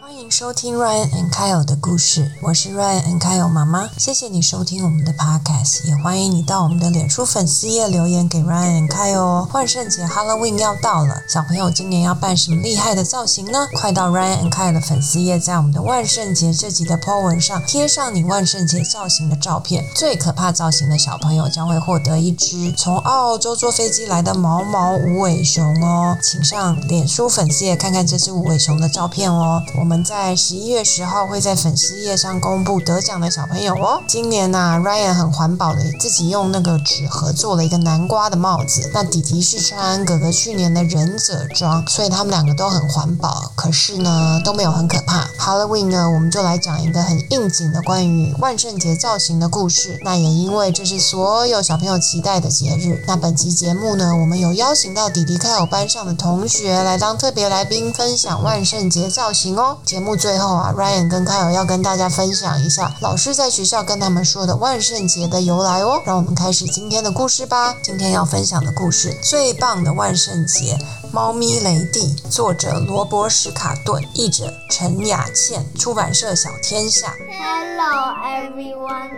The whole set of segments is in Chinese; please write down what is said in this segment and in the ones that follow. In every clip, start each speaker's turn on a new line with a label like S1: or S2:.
S1: 欢迎收听 Ryan and Kyle 的故事，我是 Ryan and Kyle 妈妈。谢谢你收听我们的 Podcast，也欢迎你到我们的脸书粉丝页留言给 Ryan and Kyle 哦。万圣节 Halloween 要到了，小朋友今年要扮什么厉害的造型呢？快到 Ryan and Kyle 的粉丝页，在我们的万圣节这集的 po 文上贴上你万圣节造型的照片。最可怕造型的小朋友将会获得一只从澳洲坐飞机来的毛毛无尾熊哦，请上脸书粉丝页看看这只无尾熊的照片哦。我们在十一月十号会在粉丝页上公布得奖的小朋友哦。今年呐、r y a n 很环保的，自己用那个纸盒做了一个南瓜的帽子。那弟弟是穿哥哥去年的忍者装，所以他们两个都很环保，可是呢都没有很可怕。Halloween 呢，我们就来讲一个很应景的关于万圣节造型的故事。那也因为这是所有小朋友期待的节日，那本期节目呢，我们有邀请到弟弟开友班上的同学来当特别来宾，分享万圣节造型哦。节目最后啊，Ryan 跟凯友要跟大家分享一下老师在学校跟他们说的万圣节的由来哦。让我们开始今天的故事吧。今天要分享的故事《最棒的万圣节》，猫咪雷蒂，作者罗伯·史卡顿，译者陈雅倩，出版社小天下。
S2: Hello everyone,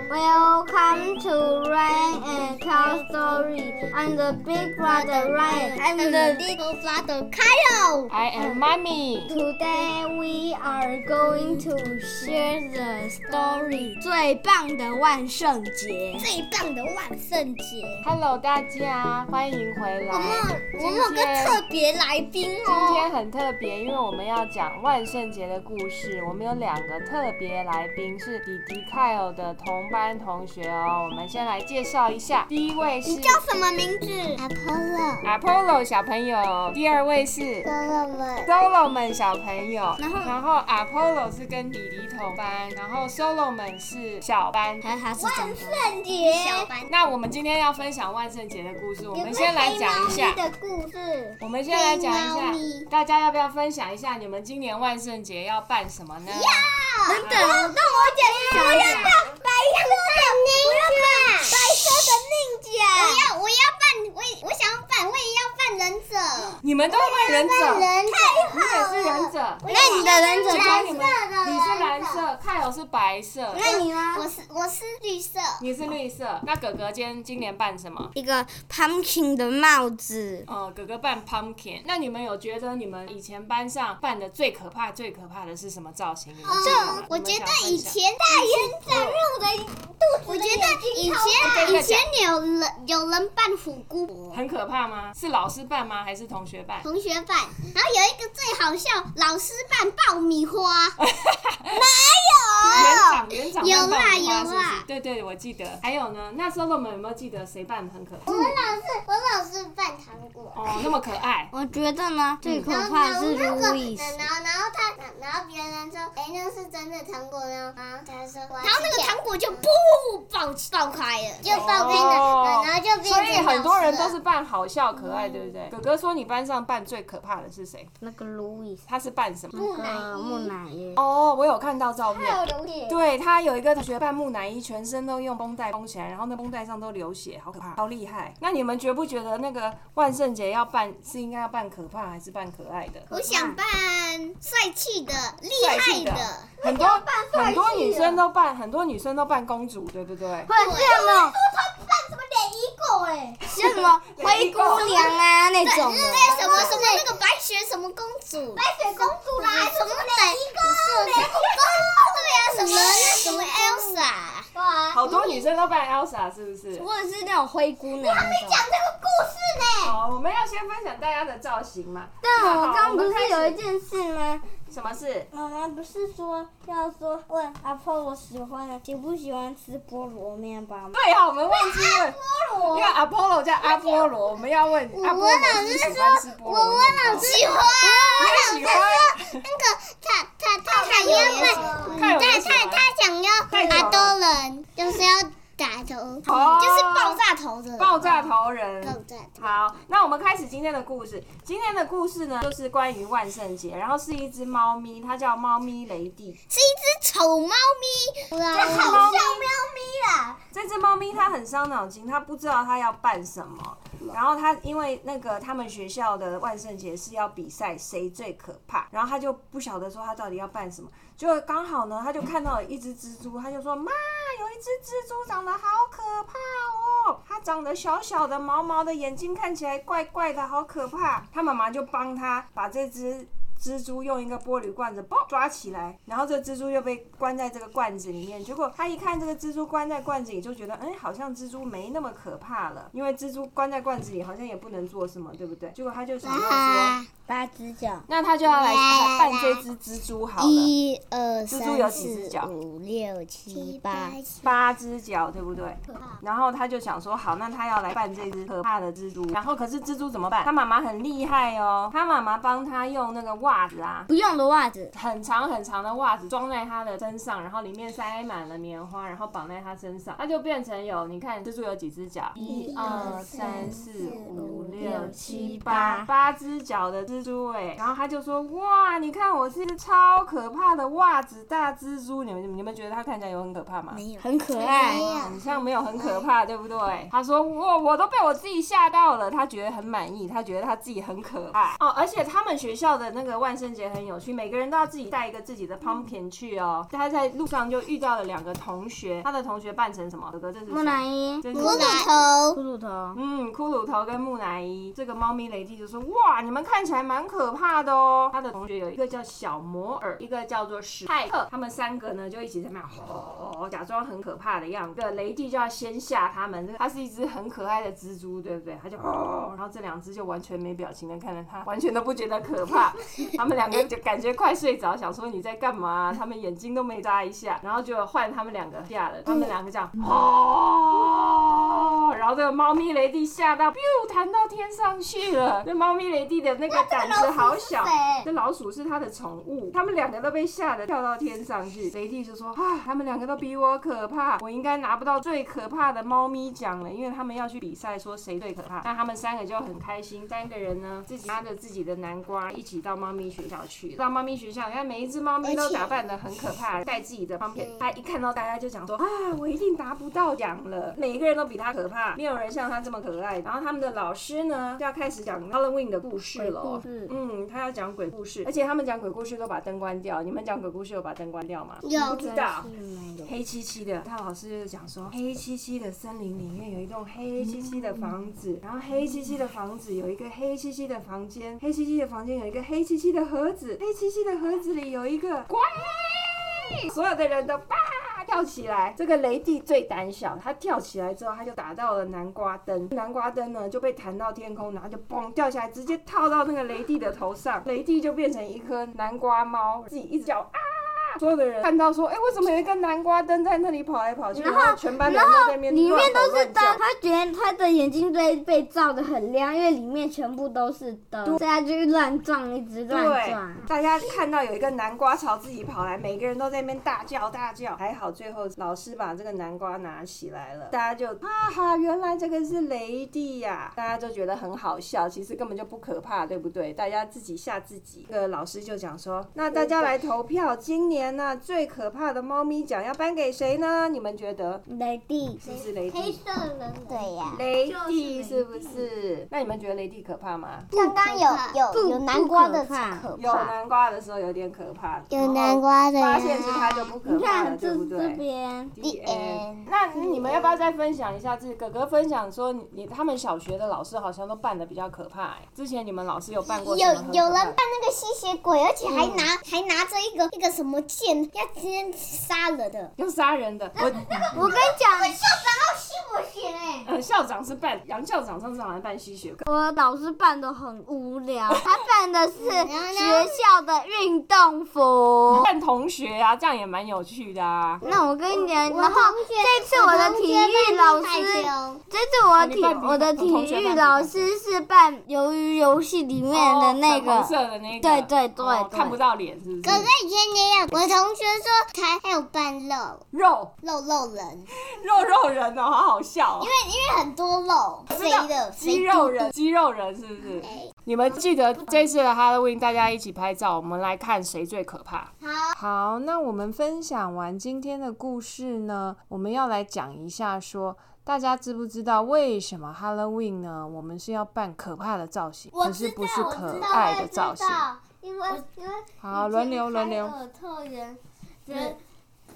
S2: welcome to Ryan and Kyle Story. I'm the big brother Ryan. I'm the little brother Kyle.
S3: I am mommy。
S2: Today we are going to share the story 最棒的万圣节。最棒的万圣节，
S3: Hello，大家欢迎回来。
S2: 我们
S3: 今
S2: 我
S3: 天
S2: 们有个特别来宾
S3: 今天
S2: 哦。
S3: 很特别，因为我们要讲万圣节的故事。我们有两个特别来宾，是弟弟 Kyle 的同班同学哦。我们先来介绍一下，第一位是
S2: 你叫什么名字？Apollo。
S3: Apollo 小朋友，第二位是
S2: Solomon。
S3: Solomon 小朋友，
S2: 然后
S3: 然后 Apollo 是跟弟弟同班，然后 Solomon 是小班。
S2: 他是万圣节小白
S3: 那我们今天要分享万圣节的故事，我们先来讲一下。
S2: 的故事。
S3: 我们先来讲
S2: 黑猫
S3: 一
S2: 咪
S3: 下，大家要不要分享一下你们今年万圣节要办什么呢？
S2: 等等，让我讲，哦我要扮白色的我要扮白色的令姐。我要，我要扮，我也我想要扮，我也要扮忍者。
S3: 你们都会扮忍者，
S2: 忍者，太
S3: 你也是忍者，
S2: 那你的忍者
S3: 那你们
S2: 的
S3: 你是蓝，色，泰友是白色，
S2: 你呢？我是我是绿色。
S3: 你是绿色。那哥哥今天今年扮什么？
S4: 一个 pumpkin 的帽子，
S3: 哦，哥哥扮 pumpkin。那你们有觉得你们以前班上扮的最可怕、最可怕的是什么造型？
S2: 哦
S3: 你们记得吗
S2: 我觉得以。前大人长肉的肚子，我觉得以前以前有人有人扮虎
S3: 你
S2: 姑
S3: 们想分享很可怕吗？是老师扮吗？还是同学 扮？
S2: 同学扮，然后有一个最好笑，老师扮爆米花，哪
S3: 园长，园长
S2: 有
S3: 扮爆
S2: 啦
S3: 米花
S2: 有
S3: 是不
S2: 啦
S3: 是？对对，我记得。还有呢，那时候我们有没有记得谁扮的很可怕？
S2: 我老是我老是扮糖果，
S3: 哦，那么可爱。
S4: 我觉得呢
S3: 嗯
S4: 最可
S2: 然后
S4: 怕的是
S2: 然后那个
S4: Louis，
S2: 然后然后他然后别人说，哎，那是真的糖果呢，然后他说，然后那个糖果就噗爆爆开了，就爆开了，
S3: 哦
S2: 然后就变
S3: 所
S2: 成
S3: 以很多人
S2: 老
S3: 都
S2: 师
S3: 是扮好笑可爱，对不嗯对？哥哥说你班上扮最可怕的是谁？
S4: 那个 Louis，
S3: 他是扮什么？
S2: 木乃
S4: 那个木
S2: 伊，
S4: 乃伊，
S3: 哦，我有看到照片。
S2: 流血
S3: 对他有一个同学扮木乃伊，全身都用绷带绷起来，然后那绷带上都流血，好可怕，好厉害。那你们觉不觉得那个万圣节要扮是应该要扮可怕还是扮可爱的？
S2: 我想扮帅气的、厉
S3: 帅
S2: 害
S3: 气的
S2: 的，
S3: 很多很多女生都扮，很多女生都扮公主，对不对？
S4: 会
S3: 哦
S4: 这么
S2: 什么脸一狗哎。
S4: 什么灰姑娘啊那种的，
S2: 那什么什么那个白雪什么公主，白雪公主啦，什么哪一个？哪一个？对呀，什么那什么 Elsa。对啊
S3: 好多女生都扮
S4: 哦
S3: Elsa，是不是？
S4: 或者是那种灰姑娘那种。
S2: 这个故事呢。
S3: 好，我们要先分享大家的造型嘛。
S4: 但我
S3: 那好
S4: 刚不
S3: 们开
S4: 是
S3: 始
S4: 有一件事吗？
S3: 什么事？
S4: 妈妈不是说要说问阿婆我喜欢喜不喜欢吃菠萝面包吗？
S3: 对啊，我们忘记问，因为 Apollo 叫阿波罗，我们要问阿波罗是喜欢吃菠萝面包。
S2: 喜欢，
S3: 你也喜欢，
S2: 那个他他他他要扮，他他
S3: 看有没有喜欢
S2: 他想要
S3: 太丑
S2: 打
S3: 了
S2: 多人，就是要打头，
S3: 哦
S2: 就是爆炸头的
S3: 爆炸头人
S4: 嗯
S2: 爆。炸头。
S3: 好，那我们开始今天的故事。今天的故事呢，就是关于万圣节，然后是一只猫咪，它叫猫咪雷蒂。
S2: 是一只丑猫咪，这
S3: 丑
S2: 好
S3: 猫咪
S2: 像喵咪啦。
S3: 这只猫咪它很伤脑筋，它不知道它要办什么。然后它因为那个他们学校的万圣节是要比赛谁最可怕，然后它就不晓得说它到底要办什么。结果刚好呢，它就看到了一只蜘蛛，它就说：“妈，有一只蜘蛛长得好可怕哦，它长得小小的、毛毛的，眼睛看起来怪怪的，好可怕。”它妈妈就帮它把这只。蜘蛛用一个玻璃罐子嘣抓起来，然后这蜘蛛又被关在这个罐子里面。结果他一看这个蜘蛛关在罐子里，就觉得哎，好像蜘蛛没那么可怕了，因为蜘蛛关在罐子里好像也不能做什么，对不对？结果他就想到
S2: À,
S3: 说，
S4: 八只脚，
S3: 那他就要来扮扮这只蜘蛛好了，
S5: 一二
S3: 蜘蛛有几只脚
S5: 三四五六七八，
S3: 八只脚，对不对？然后他就想说，好，那他要来扮这只可怕的蜘蛛。然后可是蜘蛛怎么办？他妈妈很厉害哦，他妈妈帮他用那个袜子啊，
S4: 不用的袜子，
S3: 很长很长的袜子装在他的身上，然后里面塞满了棉花，然后绑在他身上，他就变成有，你看蜘蛛有几只脚？一二嗯三四五六七八，八只脚的蜘蛛哎、然后他就说哇，你看我是一只超可怕的袜子大蜘蛛，你们你们觉得它看起来有很可怕吗？
S5: 没有
S4: 很可
S5: 哎
S4: 爱。
S3: 好像没有很可怕，对不对？他说我我都被我自己吓到了，他觉得很满意，他觉得他自己很可爱哦。而且他们学校的那个万圣节很有趣，每个人都要自己带一个自己的 pumpkin 去哦。他在路上就遇到了两个同学，他的同学扮成什么？哥哥这是谁
S4: 木乃伊，
S3: 这
S2: 骷
S3: 是
S2: 髅头，
S4: 骷髅头，
S3: 嗯，骷髅头跟木乃伊，这个猫咪雷蒂就说：“哇，你们看起来蛮可怕的哦。”他的同学有一个叫小摩尔，一个叫做史派克，他们三个呢就一起在那吼，假装很可怕的样子。这个雷蒂就要先吓他们，这个它是一只很可爱的蜘蛛，对不对？它就吼，然后这两只就完全没表情的看着它，完全都不觉得可怕。他们两个就感觉快睡着，想说你在干嘛、他们眼睛都没眨一下，然后就换他们两个吓了，他们两个这样哦，然后这个猫咪雷蒂吓到，biu 弹到天上去了。这猫咪雷蒂的那个胆子好 小，这老鼠是它的宠物，他们两个都被吓得跳到天上去。雷蒂就说啊，他们两个都比我可怕，我应该拿不到最可怕的猫咪奖了，因为他们要去比赛，说谁最可怕。那他们三个就很开心，三个人呢自己拿着自己的南瓜一起到猫咪学校去了。到猫咪学校，你看每一只猫咪都打扮得很可怕，带自己的方便。它一看到大家就讲说啊，我一定拿不到奖了，每一个人都比它可怕，没有人像它这么可爱。然后他们的老师呢就要开始讲 Halloween 的故事了哦。嗯，他要讲鬼故事，而且他们讲鬼故事都把灯关掉。你们讲鬼故事有把灯关掉吗？
S2: 有
S3: 不知道。黑漆漆的，他老师就讲说，黑漆漆的森林里面有一栋黑漆漆的房子，然后黑漆漆的房子有一个黑漆漆的房间，黑漆漆的房间有一个黑漆漆的盒子，黑漆漆的盒子里有一个怪，所有的人都吧跳起来。这个雷蒂最胆小，他跳起来之后，他就打到了南瓜灯，南瓜灯呢就被弹到天空，然后就嘣掉下来，直接套到那个雷蒂的头上，雷蒂就变成一颗南瓜猫，自己一直叫啊。所有的人看到说，哎、为什么有一个南瓜灯在那里跑来跑去？然后全班的人都在那边
S4: 里面
S3: 乱跑
S4: 都是
S3: 乱
S4: 灯，
S3: 叫
S4: 他觉得他的眼睛被被照得很亮，因为里面全部都是灯，所以他就乱撞，一直乱
S3: 对
S4: 撞。，
S3: 大家看到有一个南瓜朝自己跑来，每个人都在那边大叫大叫。还好最后老师把这个南瓜拿起来了，大家就哈哈，原来这个是雷蒂呀、大家就觉得很好笑，其实根本就不可怕，对不对？大家自己吓自己。这个老师就讲说，那大家来投票，今年呢、最可怕的猫咪奖要颁给谁呢？你们觉得
S4: 雷蒂，
S3: 是不是雷
S2: 黑
S3: 蒂？
S2: 色人偶，对呀，
S3: 雷蒂是不是？那你们觉得雷蒂可怕吗？
S5: 刚刚有
S4: 不
S5: 有有南瓜的
S4: 不可怕
S5: 可
S3: 有
S5: 怕，
S3: 南瓜的时候有点可怕，
S5: 有南瓜的
S3: 发
S5: 呀，
S3: 现是它就不可
S4: 啊你
S3: 怕了，
S4: 看
S3: 对
S4: 这
S3: 不
S4: 这
S3: 对？
S4: 边，
S3: D
S5: end
S3: 那你们要不要再分享一下？这哥哥分享说你，你他们小学的老师好像都办的比较可怕、欸。之前你们老师有办过什
S5: 有
S3: 么很可怕的
S5: 有人扮那个吸血鬼，而且还拿、还拿着一个一个什么剑，要先杀人的。
S3: 用杀 人的，我
S4: 我跟你讲，
S3: 呃校长是扮杨校长上次好像扮吸血鬼，
S4: 我老师扮的很无聊， 他扮的是学校的运动服。
S3: 扮同学啊，这样也蛮有趣的啊。
S4: 那我跟你讲，
S2: 我
S4: 然后
S2: 同学
S4: 这次我的体育老师，这次我
S3: 哦
S4: 的
S3: 你
S4: 体
S3: 扮比
S4: 我的
S3: 同
S4: 体
S3: 学
S4: 育
S3: 扮比
S4: 老
S3: 同学
S4: 师是扮鱿鱼游戏里面的
S3: 哦
S4: 那
S3: 粉红
S4: 个，
S3: 色的那个，
S4: 对对对
S3: 哦
S4: 对
S3: 看不到脸是不是？
S5: 哥哥以前也有，我们同学说他还有扮肉
S3: 肉
S5: 肉肉人，
S3: 肉肉人哦，好好笑哦
S5: 因。为因为很多肉肥的肥
S3: 肌肉人，肌肉人是不是？
S5: 哎
S3: 你们记得这次的 Halloween 大家一起拍照，我们来看谁最可怕。
S5: 好，
S3: 好，那我们分享完今天的故事呢，我们要来讲一下说。大家知不知道为什么 Halloween 呢？我们是要扮可怕的造型，
S5: 我
S3: 可
S5: 知
S3: 是
S5: 道，
S3: 不是
S5: 我
S3: 可
S5: 知道，
S3: 爱
S5: 我
S3: 的
S5: 也知
S3: 造型。
S5: 道，因为因为
S3: 好，轮流轮流。
S4: 特人人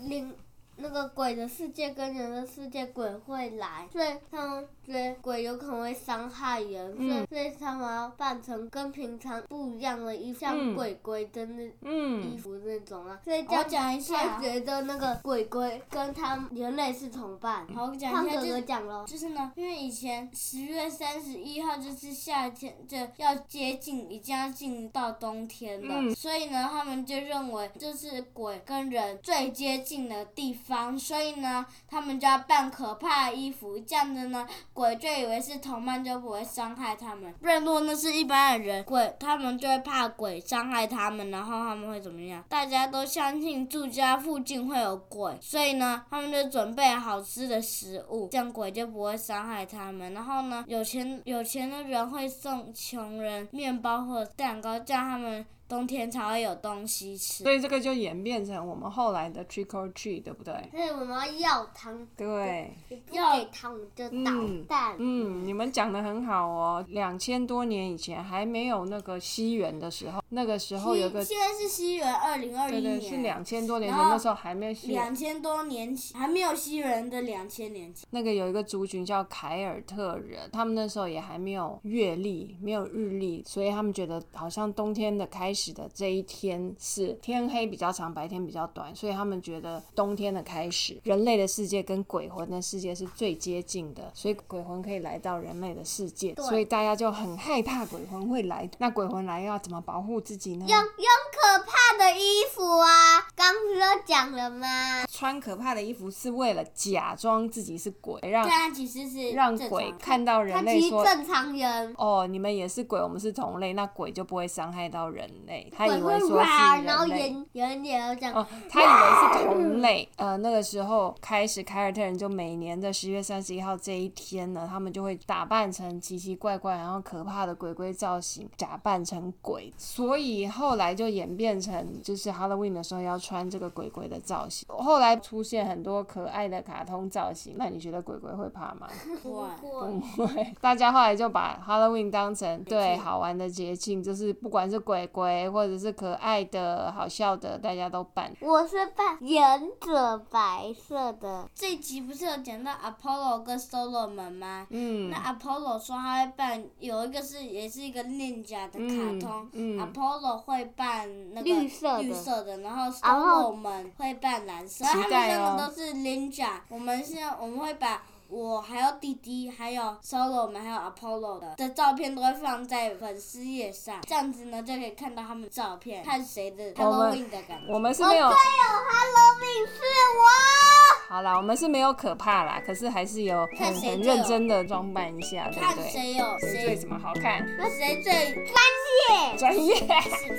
S4: 领那个鬼的世界跟人的世界，鬼会来，所以他们觉得鬼有可能会伤害人，所以
S3: 嗯
S4: 所以他们要扮成跟平常不一样的衣服，
S3: 嗯
S4: 像鬼鬼的那衣
S3: 嗯，
S4: 服那种啊。所以这
S6: 我
S4: 样
S6: 讲一
S4: 他
S3: 啊
S6: 下，
S4: 觉得那个鬼鬼跟他们人类是同伴。
S6: 好，我讲
S4: 胖
S6: 一下
S4: 哥
S6: 就
S4: 哥
S6: 是。
S4: 讲了，
S6: 就是呢，因为以前十月三十一号就是夏天，就要接近，已经要进到冬天了，
S3: 嗯
S6: 所以呢，他们就认为这是鬼跟人最接近的地方，所以呢，他们就要扮可怕的衣服，这样子呢，鬼就以为是同伴，就不会伤害他们。不然如果那是一般的人，鬼他们就会怕鬼伤害他们，然后他们会怎么样？大家都相信住家附近会有鬼，所以呢，他们就准备好吃的食物，这样鬼就不会伤害他们。然后呢，有钱有钱的人会送穷人面包或者蛋糕，这样他们冬天才会有东西吃
S3: 所。以这个就演变成我们后来的 trick or treat，对不对？
S4: 所以我们要要糖，
S3: 对，
S4: 你不给糖我们就
S3: 嗯
S4: 捣蛋。
S3: 嗯，你们讲的很好哦。两千多年以前还没有那个西元的时候，那个时候有个
S6: 现在是西元二零二一
S3: 对对
S6: 年，
S3: 是两千多年前，
S6: 然后
S3: 那时候还没有西元。
S6: 两千多年前，还没有西元的两千年前。
S3: 那个有一个族群叫凯尔特人，他们那时候也还没有月历，没有日历，所以他们觉得好像冬天的开始的这一天是天黑比较长，白天比较短，所以他们觉得冬天的开始，人类的世界跟鬼魂的世界是最接近的，所以鬼魂可以来到人类的世界，所以大家就很害怕鬼魂会来。那鬼魂来要怎么保护自己呢？
S2: 用用可怕的衣服啊，刚不是都讲了吗？
S3: 穿可怕的衣服是为了假装自己是鬼，让
S6: 对啊，其实是
S3: 让
S6: 正
S3: 鬼
S6: 常
S3: 看到
S4: 他
S3: 人类
S4: 其实
S3: 说
S4: 正常人，
S3: 哦，你们也是鬼，我们是同类，那鬼就不会伤害到人类。他
S4: 鬼
S3: 以为
S4: 会
S3: 说
S4: 哇，
S3: 是
S4: 然后
S3: 人类，
S4: 人人也要这样。
S3: 哦，他以为是同类。呃，那个时候开始，凯尔特人就每年的十月三十一号这一天呢，他们就会打扮成奇奇怪怪，然后可怕的鬼鬼造型，假扮成鬼。所以后来就演变成，就是 Halloween 的时候要穿这个鬼鬼的造型。后来出现很多可爱的卡通造型。那你觉得鬼鬼会怕吗？
S6: 对
S3: 不会，大家后来就把 Halloween 当成对好玩的节庆，就是不管是鬼鬼或者是可爱的、好笑的，大家都办。
S2: 我是扮忍者白色的，
S6: 这一集不是有讲到 Apollo 跟 Solomon 吗？
S3: 嗯
S6: 那 Apollo 说他会扮有一个是也是一个练家的卡通、
S3: 嗯嗯
S6: a p o l l o 会扮那个
S4: 绿色的
S6: 绿色的，然后
S4: 然后
S6: Solomon 会扮蓝色，
S3: 期
S6: 他们
S3: 待
S6: 三
S3: 哦
S6: 个都是 ninja。我们现在我们会把我还有弟弟还有 Solomon 还有 Apollo 的的照片都会放在粉丝页上，这样子呢就可以看到他们的照片，看谁的
S3: 我们
S6: Halloween 的感觉。
S3: 我们是没
S2: 哦
S3: 有，
S2: Halloween 是我。
S3: 好啦，我们是没有可怕啦，可是还是有
S6: 看
S3: 很
S6: 谁
S3: 很
S6: 最
S3: 认
S6: 有
S3: 真的装扮一下，对
S6: 看
S3: 不对？
S6: 谁有
S3: 对
S6: 谁
S3: 什么好看？
S6: 谁最
S3: 专业。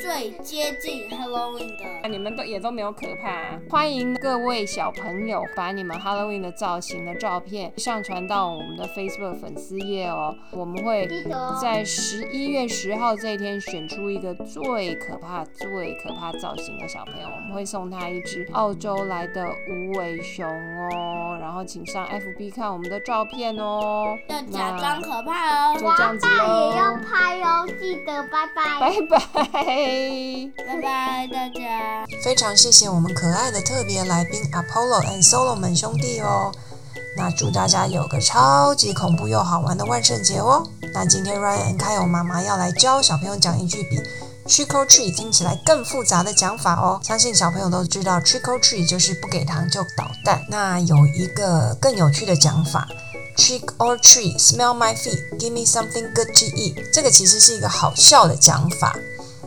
S6: 最接近 Halloween 的
S3: 你们都也都没有可怕、啊。欢迎各位小朋友把你们 Halloween 的造型的照片上传到我们的 Facebook 粉丝页哦。我们会在十一月十号这一天选出一个最可怕、最可怕造型的小朋友，我们会送他一只澳洲来的无尾熊哦。然后请上 FB 看我们的照片哦。
S6: 要假装可
S3: 那
S6: 怕哦，
S3: 就这样子
S2: 也要
S3: 喽，
S2: 拍哦，记得，拜拜。
S3: 拜拜。
S6: 拜拜大家。
S1: 非常谢谢我们可爱的特别来宾 Apollo and Solomon 兄弟哦。那祝大家有个超级恐怖又好玩的万圣节哦！那今天 Ryan 开友妈妈要来教小朋友讲一句比 trick or treat 听起来更复杂的讲法哦。相信小朋友都知道 trick or treat 就是不给糖就捣蛋。那有一个更有趣的讲法。Trick or treat, smell my feet, give me something good to eat。这个其实是一个好笑的讲法，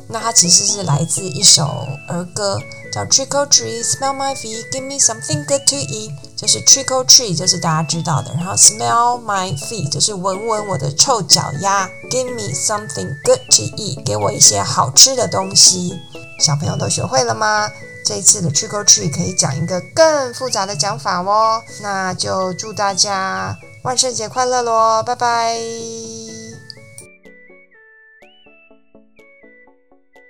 S1: 那它其实是来自一首儿歌，叫 Trick or Treat, Smell My Feet, Give Me Something Good to Eat，就是 Trick or Treat，就是大家知道的。然后 Smell My Feet 就是闻闻我的臭脚丫，Give me something good to eat，给我一些好吃的东西。小朋友都学会了吗？这一次的 Trick or Treat 可以讲一个更复杂的讲法哦。那就祝大家万圣节快乐喽，拜拜。